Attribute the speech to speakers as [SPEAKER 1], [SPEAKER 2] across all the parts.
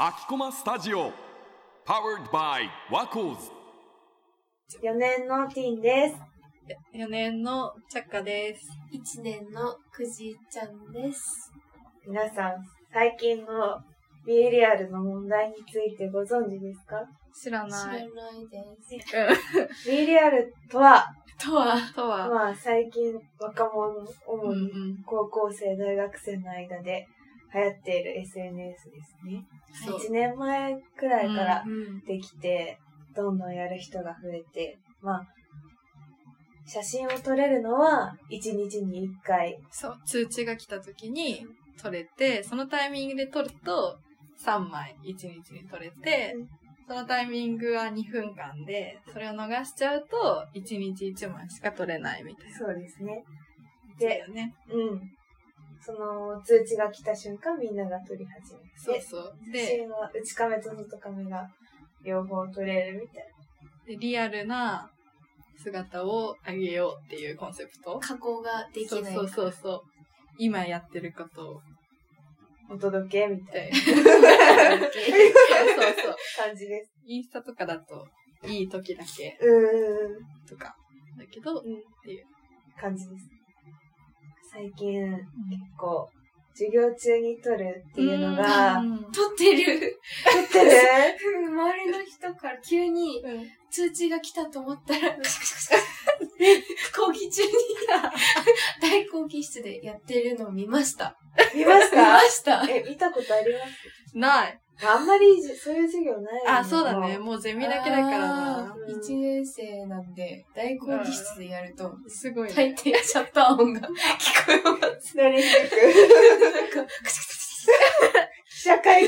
[SPEAKER 1] 秋駒スタジオ Powered by ワコーズ
[SPEAKER 2] 4年のティンです。
[SPEAKER 3] 4年のチャッカです。
[SPEAKER 4] 一年のくじちゃんです。
[SPEAKER 2] 皆さん、最近のビエリアルの問題についてご存知ですか
[SPEAKER 3] 知ら
[SPEAKER 4] 知ら
[SPEAKER 3] な
[SPEAKER 4] ない
[SPEAKER 3] い。
[SPEAKER 4] です。
[SPEAKER 2] ビエリアルとは、
[SPEAKER 4] とは、
[SPEAKER 3] とは、
[SPEAKER 2] まあ最近若者、
[SPEAKER 3] うん
[SPEAKER 2] 主
[SPEAKER 3] う
[SPEAKER 2] に
[SPEAKER 3] ん、
[SPEAKER 2] 高校生、大学生の間で流行っている SNS ですね。
[SPEAKER 3] そう
[SPEAKER 2] 1年前くらいから
[SPEAKER 4] うん、
[SPEAKER 2] できて、どんどんやる人が増えて、まあ、写真を撮れるのは1日に1回。
[SPEAKER 3] そう通知が来た時に撮れて、そのタイミングで撮ると3枚1日に撮れて
[SPEAKER 2] うん、
[SPEAKER 3] そのタイミングは2分間で、それを逃しちゃうと1日1枚しか撮れないみたいな。
[SPEAKER 2] そうですね。
[SPEAKER 3] だ
[SPEAKER 2] で、
[SPEAKER 3] よね。
[SPEAKER 2] うん。その通知が来た瞬間みんなが撮り始
[SPEAKER 3] そ
[SPEAKER 2] め
[SPEAKER 3] う
[SPEAKER 2] て、
[SPEAKER 3] そう。
[SPEAKER 2] 写
[SPEAKER 3] で、
[SPEAKER 2] 真は内カメと外カメが両方撮れるみたい
[SPEAKER 3] でリアルな姿をあげようっていうコンセプト。
[SPEAKER 4] 加工ができない。
[SPEAKER 3] そうそうそうそう。今やってることを。
[SPEAKER 2] な、お届けみ
[SPEAKER 3] み
[SPEAKER 2] た
[SPEAKER 3] たい
[SPEAKER 2] い
[SPEAKER 3] な
[SPEAKER 2] な
[SPEAKER 3] そうそうそう。
[SPEAKER 2] 感じです。
[SPEAKER 3] インスタとかだと、いい時だけ
[SPEAKER 2] うーん。
[SPEAKER 3] とか、だけど、ていう
[SPEAKER 2] 感じです。最近、結構、授業中に撮るっていうのが、
[SPEAKER 4] 撮ってる。
[SPEAKER 2] 撮ってる
[SPEAKER 4] 周りの人から急に通知が来たと思った ら、カシャカシャカシャ講義中に大講義室でやってるのを見ました。
[SPEAKER 2] 見まし
[SPEAKER 4] 見ま
[SPEAKER 2] た
[SPEAKER 4] した。
[SPEAKER 2] え、見たことあります
[SPEAKER 3] ない。
[SPEAKER 2] まああんまりじそういう授業ないよね
[SPEAKER 3] あ、そうだね。。もうゼミだけだから
[SPEAKER 4] あ
[SPEAKER 3] な。
[SPEAKER 4] ー一年生なんで、大講義室でやると、
[SPEAKER 3] すごい、
[SPEAKER 4] 大
[SPEAKER 3] ね。
[SPEAKER 4] 抵シャッター音が聞こ えます。
[SPEAKER 2] なりにく
[SPEAKER 4] なんか、カチャカチ
[SPEAKER 2] 記者
[SPEAKER 4] ャ
[SPEAKER 2] 会見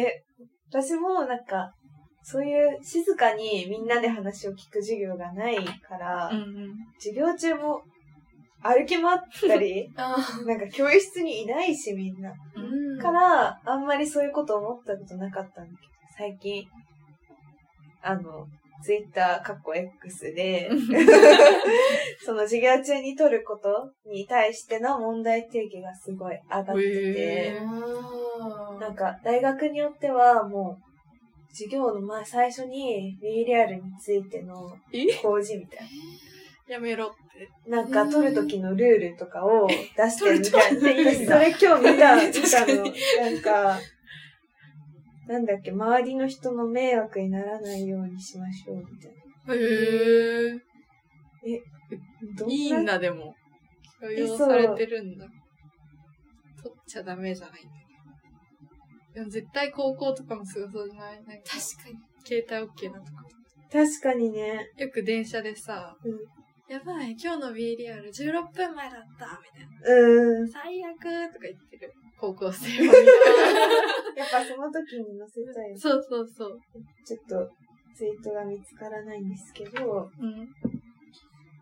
[SPEAKER 2] え、私もなんか、そういう静かにみんなで話を聞く授業がないから、
[SPEAKER 3] うんうん。
[SPEAKER 2] 授業中も歩き回ったり、
[SPEAKER 4] あー
[SPEAKER 2] なんか教室にいないしみんな。
[SPEAKER 4] うん
[SPEAKER 2] から、あんまりそういうこと思ったことなかったんだけど、最近、あの、ツイッター、かっこ X で、その授業中に取ることに対しての問題提起がすごい上がって
[SPEAKER 3] へ
[SPEAKER 2] て、
[SPEAKER 4] あー
[SPEAKER 2] なんか大学によってはもう、授業の前最初にリーリアルについての
[SPEAKER 3] え
[SPEAKER 2] 講示みたいな。
[SPEAKER 3] やめろって。
[SPEAKER 2] なんか、撮る時のルールとかを出してるみたいな。
[SPEAKER 4] 撮る時
[SPEAKER 2] 私それ今日見た、見た
[SPEAKER 4] 確か
[SPEAKER 2] の。なんか、なんだっけ、周りの人の迷惑にならないようにしましょう、みたいな。
[SPEAKER 3] へえ。
[SPEAKER 2] ど
[SPEAKER 3] いいんだ、でも。許容されてるんだ。取っちゃダメじゃないんだでも絶対高校とかもすごそうじゃないなんか、
[SPEAKER 4] 確かに。
[SPEAKER 3] 携帯 OK なとか。
[SPEAKER 2] 確かにね。
[SPEAKER 3] よく電車でさ、
[SPEAKER 2] うん
[SPEAKER 3] やばい、今日の B リアル16分前だった、みたいな。
[SPEAKER 2] うーん。
[SPEAKER 3] 最悪とか言ってる。高校生は。
[SPEAKER 2] やっぱその時に載せたい。
[SPEAKER 3] そうそうそう。
[SPEAKER 2] ちょっと、ツイートが見つからないんですけど、
[SPEAKER 3] うん。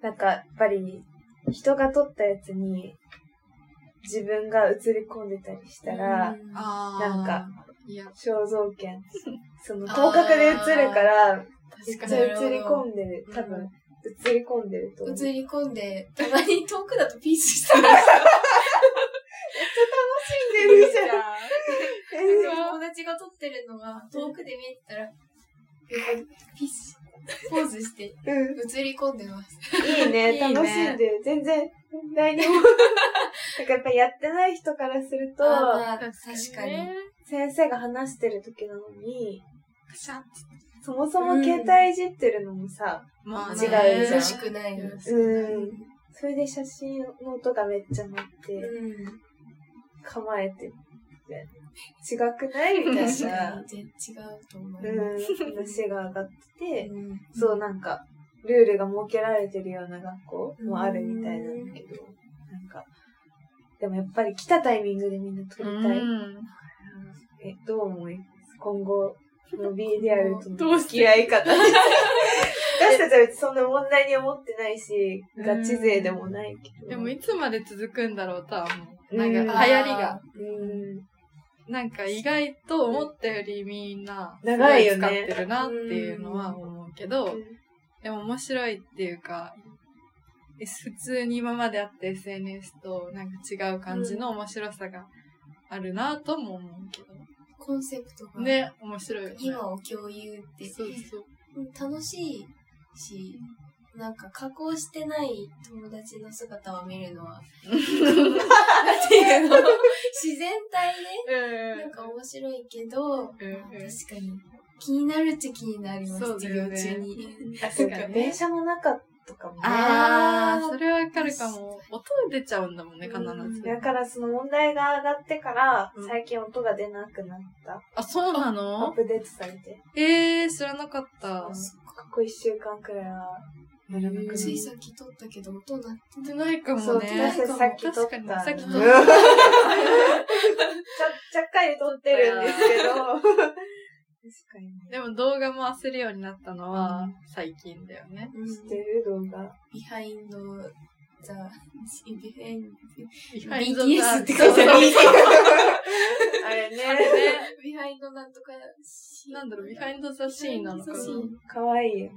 [SPEAKER 2] なんか、やっぱり、人が撮ったやつに、自分が映り込んでたりしたら、
[SPEAKER 4] うん
[SPEAKER 3] あ
[SPEAKER 2] ーなんか。
[SPEAKER 3] いや、
[SPEAKER 2] 肖像権。その、広角で映るから、めっ
[SPEAKER 4] 確
[SPEAKER 2] ち
[SPEAKER 4] か
[SPEAKER 2] ゃ
[SPEAKER 4] に。
[SPEAKER 2] 映り込んでる。多分、映り込んでると思う。
[SPEAKER 4] 映り込んで、たまに遠くだとピースしてるんですよ。
[SPEAKER 2] 全 然じゃん。
[SPEAKER 4] なんか友達が撮ってるのが遠くで見えてたら、横にピース、ポーズして
[SPEAKER 2] うん
[SPEAKER 4] 映り込んでます。
[SPEAKER 2] いいね、
[SPEAKER 3] いいね
[SPEAKER 2] 楽しんでる。全然、問題にも。なんかやっぱやってない人からすると、
[SPEAKER 4] あーまあ確かに。
[SPEAKER 3] ね。
[SPEAKER 2] 先生が話してる時なのに、
[SPEAKER 3] カシャンって。
[SPEAKER 2] そもそも携帯いじってるのもさ、
[SPEAKER 3] ま
[SPEAKER 2] あ
[SPEAKER 4] ま
[SPEAKER 2] 違
[SPEAKER 4] あ
[SPEAKER 2] うじゃ
[SPEAKER 4] ね
[SPEAKER 2] ん
[SPEAKER 4] よろしくな
[SPEAKER 3] う
[SPEAKER 4] い。
[SPEAKER 3] ん
[SPEAKER 2] うん。それで写真の音がめっちゃ鳴って、
[SPEAKER 4] うん。
[SPEAKER 2] 構えて、違くないみた
[SPEAKER 4] 確
[SPEAKER 2] い
[SPEAKER 4] か
[SPEAKER 2] な
[SPEAKER 4] に。、全然違うと思う。
[SPEAKER 2] うん、話が上がってて、
[SPEAKER 4] うん
[SPEAKER 2] そう、なんか、ルールが設けられてるような学校もあるみたいなんだけど、なんか、でもやっぱり来たタイミングでみんな撮りたい。え、どう思います今後の B であると
[SPEAKER 3] ど
[SPEAKER 2] の
[SPEAKER 3] うして
[SPEAKER 2] 付き合い 方。私たちは別にそんな問題に思ってないし、
[SPEAKER 3] うん
[SPEAKER 2] ガチ勢でもないけど。
[SPEAKER 3] でもいつまで続くんだろうとは思う。
[SPEAKER 2] う
[SPEAKER 3] なんんか流行りが。。
[SPEAKER 2] うん。
[SPEAKER 3] なんか意外と思ったよりみんな、
[SPEAKER 2] 長いよね
[SPEAKER 3] 使ってるなっていうのは思うけど、でも面白いっていうか、え普通に今まであった SNS となんか違う感じの面白さがあるなとも思うけど。
[SPEAKER 4] コンセプトが、
[SPEAKER 3] ね、面白いよね。
[SPEAKER 4] 今を共有って、
[SPEAKER 3] そうそう。
[SPEAKER 4] うん楽しいし、なんか加工してない友達の姿を見るのは、なんていうの自然体
[SPEAKER 3] うん
[SPEAKER 4] で、なんか面白いけ
[SPEAKER 3] う
[SPEAKER 4] ど、まあ
[SPEAKER 3] ん
[SPEAKER 4] 確かに気になるっちゃ気になります、
[SPEAKER 3] そうだ
[SPEAKER 4] 授業
[SPEAKER 3] よね
[SPEAKER 4] 中に。
[SPEAKER 2] そう
[SPEAKER 3] 確か
[SPEAKER 2] か、
[SPEAKER 3] に
[SPEAKER 2] 電
[SPEAKER 3] ね。
[SPEAKER 2] 車の中とかもね。
[SPEAKER 3] ああ、それはわかるかも。音出ちゃうんだもんね、必ず。
[SPEAKER 2] だからその問題が上がってから
[SPEAKER 3] うん、
[SPEAKER 2] 最近音が出なくなった。
[SPEAKER 3] あ、そうな
[SPEAKER 2] アッ
[SPEAKER 3] の
[SPEAKER 2] プデートされて。
[SPEAKER 3] ええー、知らなかった。
[SPEAKER 2] ここ一週間くらいは。やらなくな
[SPEAKER 3] うん
[SPEAKER 2] る
[SPEAKER 4] ついさっき撮ったけど、音鳴って
[SPEAKER 3] 出ないか
[SPEAKER 2] そ
[SPEAKER 3] も
[SPEAKER 2] う、
[SPEAKER 3] ね。
[SPEAKER 2] 私さっき撮ったんで。
[SPEAKER 3] 確かにさっき撮
[SPEAKER 2] うん
[SPEAKER 3] っ
[SPEAKER 2] ち
[SPEAKER 3] た
[SPEAKER 2] ゃ、ちゃっかり撮ってるんですけど。確かにね。
[SPEAKER 3] でも動画も焦るようになったのは最近だよね。
[SPEAKER 4] る。
[SPEAKER 2] 知ってる動画。
[SPEAKER 4] ビハインド・ザ・ビハイン
[SPEAKER 3] ビハインド
[SPEAKER 4] BTS って書いてある。
[SPEAKER 2] あれ
[SPEAKER 3] あれ
[SPEAKER 2] ね。
[SPEAKER 3] ね、
[SPEAKER 4] ビハインドなんとかシーン
[SPEAKER 3] なんだろう、ビハインドザシーンなのかな。
[SPEAKER 4] そううん
[SPEAKER 2] かわいいよね。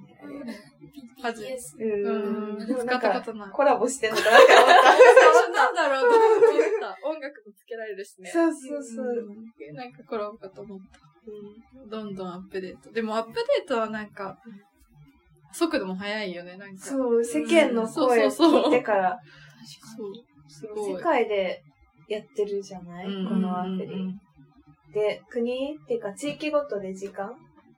[SPEAKER 4] パ
[SPEAKER 3] パズ
[SPEAKER 4] ズ
[SPEAKER 3] ル
[SPEAKER 4] ル。
[SPEAKER 2] うん。でも
[SPEAKER 3] 使
[SPEAKER 2] なん
[SPEAKER 3] った
[SPEAKER 2] か
[SPEAKER 3] こ、とない。
[SPEAKER 2] コラボしてんのかなって思った。
[SPEAKER 3] なんだろうと思った。音楽もつけられるしね。
[SPEAKER 2] そうそうそう。
[SPEAKER 3] うんなんかコラボかと思った。
[SPEAKER 2] う
[SPEAKER 3] どんどんアップデート。でもアップデートはなんか、速度も速いよね、なん
[SPEAKER 2] ん
[SPEAKER 3] か。う。
[SPEAKER 2] そう、世間の声
[SPEAKER 3] う
[SPEAKER 2] を
[SPEAKER 3] んそうそうそう
[SPEAKER 2] 聞いてから、
[SPEAKER 3] そうすごい。
[SPEAKER 2] 世界でやってるじゃない
[SPEAKER 3] うん
[SPEAKER 2] このアプ
[SPEAKER 3] うんうんう
[SPEAKER 2] リ。
[SPEAKER 3] ん
[SPEAKER 2] で、国っていうか地域ごとで時間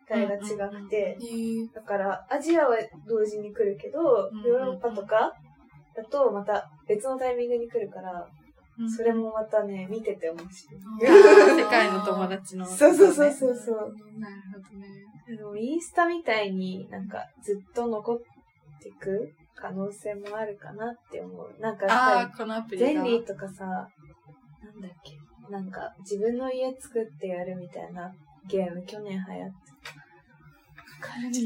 [SPEAKER 2] 帯が違くて、
[SPEAKER 4] え
[SPEAKER 2] だからアジアは同時に来るけど、
[SPEAKER 3] んうん
[SPEAKER 2] ヨーロッパとかだとまた別のタイミングに来るから、
[SPEAKER 3] うん
[SPEAKER 2] それもまたね、見てて面
[SPEAKER 3] あ
[SPEAKER 2] 白い。
[SPEAKER 3] ー世界の友達の。
[SPEAKER 2] そうそうそう
[SPEAKER 3] ね
[SPEAKER 2] そうそう。
[SPEAKER 3] なるほどね。
[SPEAKER 2] でもインスタみたいになんかずっと残ってく可能性もあるかなって思う。なんかやっぱり
[SPEAKER 3] ああ、このアプリが。
[SPEAKER 2] ゼンリーとかさ、なんだっけ、なんか自分の家作ってやるみたいなゲーム去年流行っ て。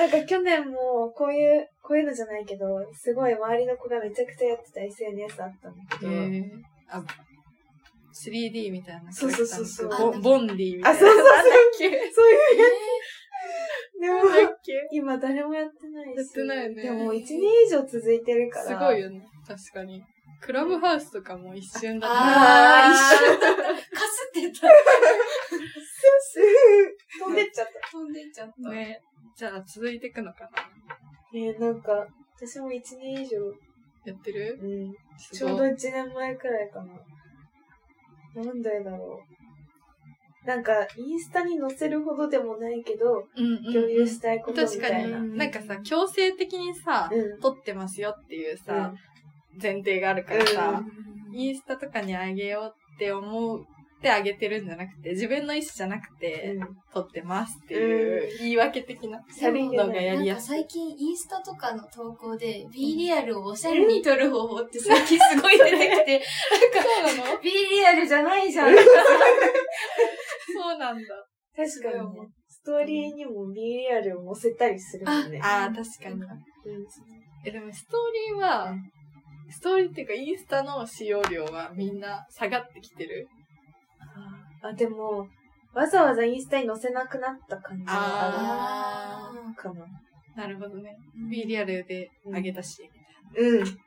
[SPEAKER 2] なんか去年もこういう、こういうのじゃないけど、すごい周りの子がめちゃくちゃやってた SNS あったんだけど、
[SPEAKER 3] へーあ 3D みたいな。
[SPEAKER 2] そうそうそうそう
[SPEAKER 3] ボンボンディみた
[SPEAKER 2] あ、
[SPEAKER 3] いな。
[SPEAKER 2] そうそうそう、
[SPEAKER 3] や
[SPEAKER 2] そういうやつ。でも、
[SPEAKER 3] っけ
[SPEAKER 2] 今誰もやってないし。
[SPEAKER 3] やってないね
[SPEAKER 2] でももう1年以上続いてるから。
[SPEAKER 3] すごいよね。確かに。クラブハウスとかも一瞬だった。
[SPEAKER 4] あ
[SPEAKER 2] あ
[SPEAKER 4] ー、一緒だった。かすってた。
[SPEAKER 2] 飛んでっちゃった。
[SPEAKER 4] 飛んでっちゃった。
[SPEAKER 3] ね。じゃあ続いていくのかな
[SPEAKER 2] えー、なんか、私も1年以上、
[SPEAKER 3] やってる
[SPEAKER 2] うん、ち
[SPEAKER 3] す
[SPEAKER 2] ょう
[SPEAKER 3] ご
[SPEAKER 2] ど
[SPEAKER 3] い
[SPEAKER 2] 1年前くらいかな。なんでだろう。なんか、インスタに載せるほどでもないけど、
[SPEAKER 3] うんうん
[SPEAKER 2] 共有したいことみ
[SPEAKER 3] 確か
[SPEAKER 2] たい
[SPEAKER 3] に
[SPEAKER 2] な。
[SPEAKER 4] う。ん
[SPEAKER 3] なんかさ、強制的にさ、
[SPEAKER 2] うん。うん
[SPEAKER 3] 撮ってますよっていうさ、前提があるから
[SPEAKER 2] う
[SPEAKER 3] さ、
[SPEAKER 4] うん
[SPEAKER 3] インスタとかにあげようって思ってあげてるんじゃなくて、自分の意思じゃなくて、撮ってますっていう言い訳的な
[SPEAKER 2] さりげ
[SPEAKER 3] のが
[SPEAKER 2] ない。
[SPEAKER 3] や
[SPEAKER 4] な
[SPEAKER 3] り
[SPEAKER 4] ん
[SPEAKER 3] や
[SPEAKER 4] か
[SPEAKER 3] すい
[SPEAKER 4] 最。近インスタとかの投稿で B リアルをおしゃれに撮る方法って最近すごい出てき て、
[SPEAKER 3] そうなの
[SPEAKER 4] B リアルじゃないじゃん。
[SPEAKER 3] そうなんだ。
[SPEAKER 2] 確かに
[SPEAKER 3] そ
[SPEAKER 2] ね
[SPEAKER 3] う。
[SPEAKER 2] ストーリーにも B リアルを載せたりするもんね。
[SPEAKER 3] ああ、確かに。
[SPEAKER 2] うん
[SPEAKER 3] え、でもストーリーは
[SPEAKER 2] う、
[SPEAKER 3] ストーリーっていうかインスタの使用量はみんな下がってきてる。
[SPEAKER 2] あ、でも、わざわざインスタに載せなくなった感じがあ
[SPEAKER 3] あ
[SPEAKER 2] るかな。
[SPEAKER 3] なるほどね。B リアルであげたし。
[SPEAKER 2] うん。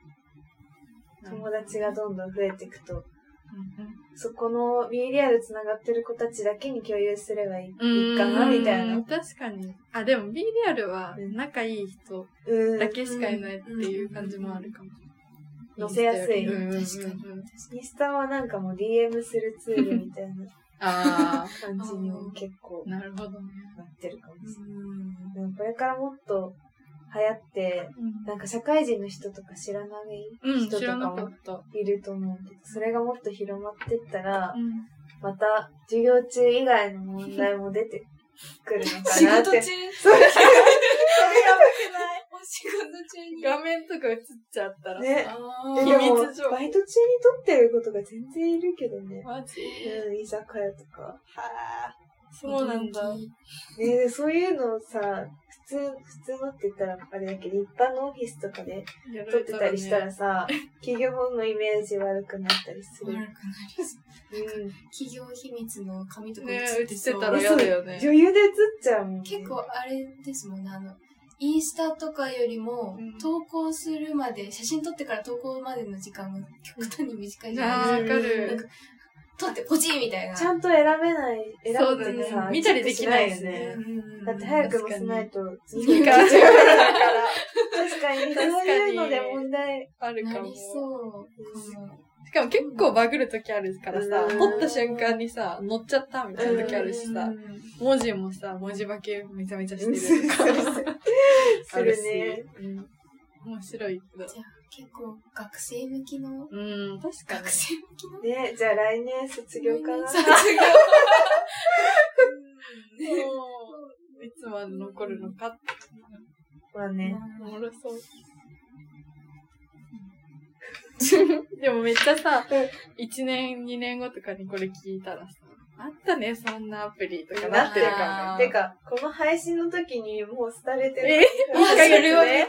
[SPEAKER 2] 友達がどんどん増えていくと、そこの B リアルつながってる子たちだけに共有すればいいいいかな、みたいな。
[SPEAKER 3] うん確かに。あ、でも B リアルは仲いい人
[SPEAKER 2] うん。
[SPEAKER 3] だけしかいないっていう感じもあるかも。
[SPEAKER 2] うん載せやすい
[SPEAKER 3] うんうんうん
[SPEAKER 4] 確か
[SPEAKER 2] インスタはなんかもう DM するツールみたいな
[SPEAKER 3] あ
[SPEAKER 2] 感じにも結構
[SPEAKER 3] あ、なるほどね。
[SPEAKER 2] なってるかもしれない。
[SPEAKER 4] うん
[SPEAKER 2] でもこれからもっと流行って、なんか社会人の人とか知らない
[SPEAKER 3] うん、
[SPEAKER 2] 人と
[SPEAKER 3] 知
[SPEAKER 2] から
[SPEAKER 3] なか
[SPEAKER 2] も
[SPEAKER 3] った。
[SPEAKER 2] いると思うけど、それがもっと広まってったら
[SPEAKER 3] う、ん
[SPEAKER 2] また授業中以外の問題も出てくるの か
[SPEAKER 4] 仕
[SPEAKER 2] な
[SPEAKER 4] 事
[SPEAKER 2] っ
[SPEAKER 4] 中
[SPEAKER 2] て。
[SPEAKER 4] そうやばくないお仕事中 に。
[SPEAKER 3] 画面とか映っちゃったら。
[SPEAKER 2] ね。
[SPEAKER 4] あ
[SPEAKER 2] え
[SPEAKER 4] ー
[SPEAKER 2] でも
[SPEAKER 3] 秘密情報
[SPEAKER 2] バイト中に撮ってることが全然いるけどね。
[SPEAKER 3] マジ
[SPEAKER 2] うん、居酒屋とか。
[SPEAKER 3] そうなんだ。
[SPEAKER 2] ねでそういうのをさ、普通、普通のって言ったらあれだけど、一般のオフィスとかで
[SPEAKER 3] やら
[SPEAKER 2] 撮っ
[SPEAKER 3] れ
[SPEAKER 2] て
[SPEAKER 3] ね
[SPEAKER 2] たりしたらさ、企業のイメージ悪くなったりす
[SPEAKER 4] 悪く
[SPEAKER 2] る。
[SPEAKER 4] なりそう
[SPEAKER 2] う
[SPEAKER 4] 企業秘密の紙とか
[SPEAKER 3] ね
[SPEAKER 4] 映っ
[SPEAKER 3] 映
[SPEAKER 4] て
[SPEAKER 3] っ
[SPEAKER 4] そ
[SPEAKER 3] て
[SPEAKER 4] う
[SPEAKER 3] たら嫌だよ
[SPEAKER 2] ん。
[SPEAKER 3] ね。
[SPEAKER 2] 女優で映っちゃうもん、ね。
[SPEAKER 4] 結構あれですもんね、あの、インスタとかよりも
[SPEAKER 3] うん、
[SPEAKER 4] 投稿するまで、写真撮ってから投稿までの時間が極端に短いじゃ
[SPEAKER 3] あ
[SPEAKER 4] な
[SPEAKER 3] ー
[SPEAKER 4] い
[SPEAKER 3] わか
[SPEAKER 4] ですか。なん
[SPEAKER 3] る。
[SPEAKER 4] か撮ってポチみたいな。
[SPEAKER 2] ちゃんと選べない、選ぶっていうか
[SPEAKER 3] そうだ
[SPEAKER 2] さ、
[SPEAKER 3] ね見たりできない
[SPEAKER 2] チェックし
[SPEAKER 3] ね
[SPEAKER 2] よね。
[SPEAKER 4] うん
[SPEAKER 2] だって早くもしないと、ずっと
[SPEAKER 3] 確
[SPEAKER 2] 聞い
[SPEAKER 3] か
[SPEAKER 2] ち
[SPEAKER 3] に
[SPEAKER 2] ゃうか ら。確かに、
[SPEAKER 3] 確かに
[SPEAKER 2] そういうので問題。
[SPEAKER 3] ある
[SPEAKER 4] な
[SPEAKER 3] かも
[SPEAKER 4] り。そうかも。
[SPEAKER 3] しかも結構バグる時あるからさ、
[SPEAKER 2] うん
[SPEAKER 3] 撮った瞬間にさ、乗っちゃったみたいな時あるし
[SPEAKER 4] う
[SPEAKER 3] さ
[SPEAKER 4] ん、
[SPEAKER 3] 文字もさ、文字化けめちゃめちゃし
[SPEAKER 2] する
[SPEAKER 3] てるとか。あるし
[SPEAKER 2] するね。
[SPEAKER 3] うん面白いけど。
[SPEAKER 4] 結構学生向きの
[SPEAKER 3] うん、確かに
[SPEAKER 4] 学。生向き の
[SPEAKER 2] ね、じゃあ来年卒業かな。
[SPEAKER 4] 卒
[SPEAKER 3] そういつまで残るのかって。
[SPEAKER 2] まあ
[SPEAKER 4] 業
[SPEAKER 2] ね。
[SPEAKER 3] おもろそう。 でもめっちゃさ、1年、2年後とかにこれ聞いたらさ、あったね、そんなアプリとかなってるかもね。
[SPEAKER 4] あー
[SPEAKER 2] てか、この配信の時にもう廃れてる。1
[SPEAKER 3] え
[SPEAKER 2] ヶ月
[SPEAKER 3] それはびっ
[SPEAKER 2] ね。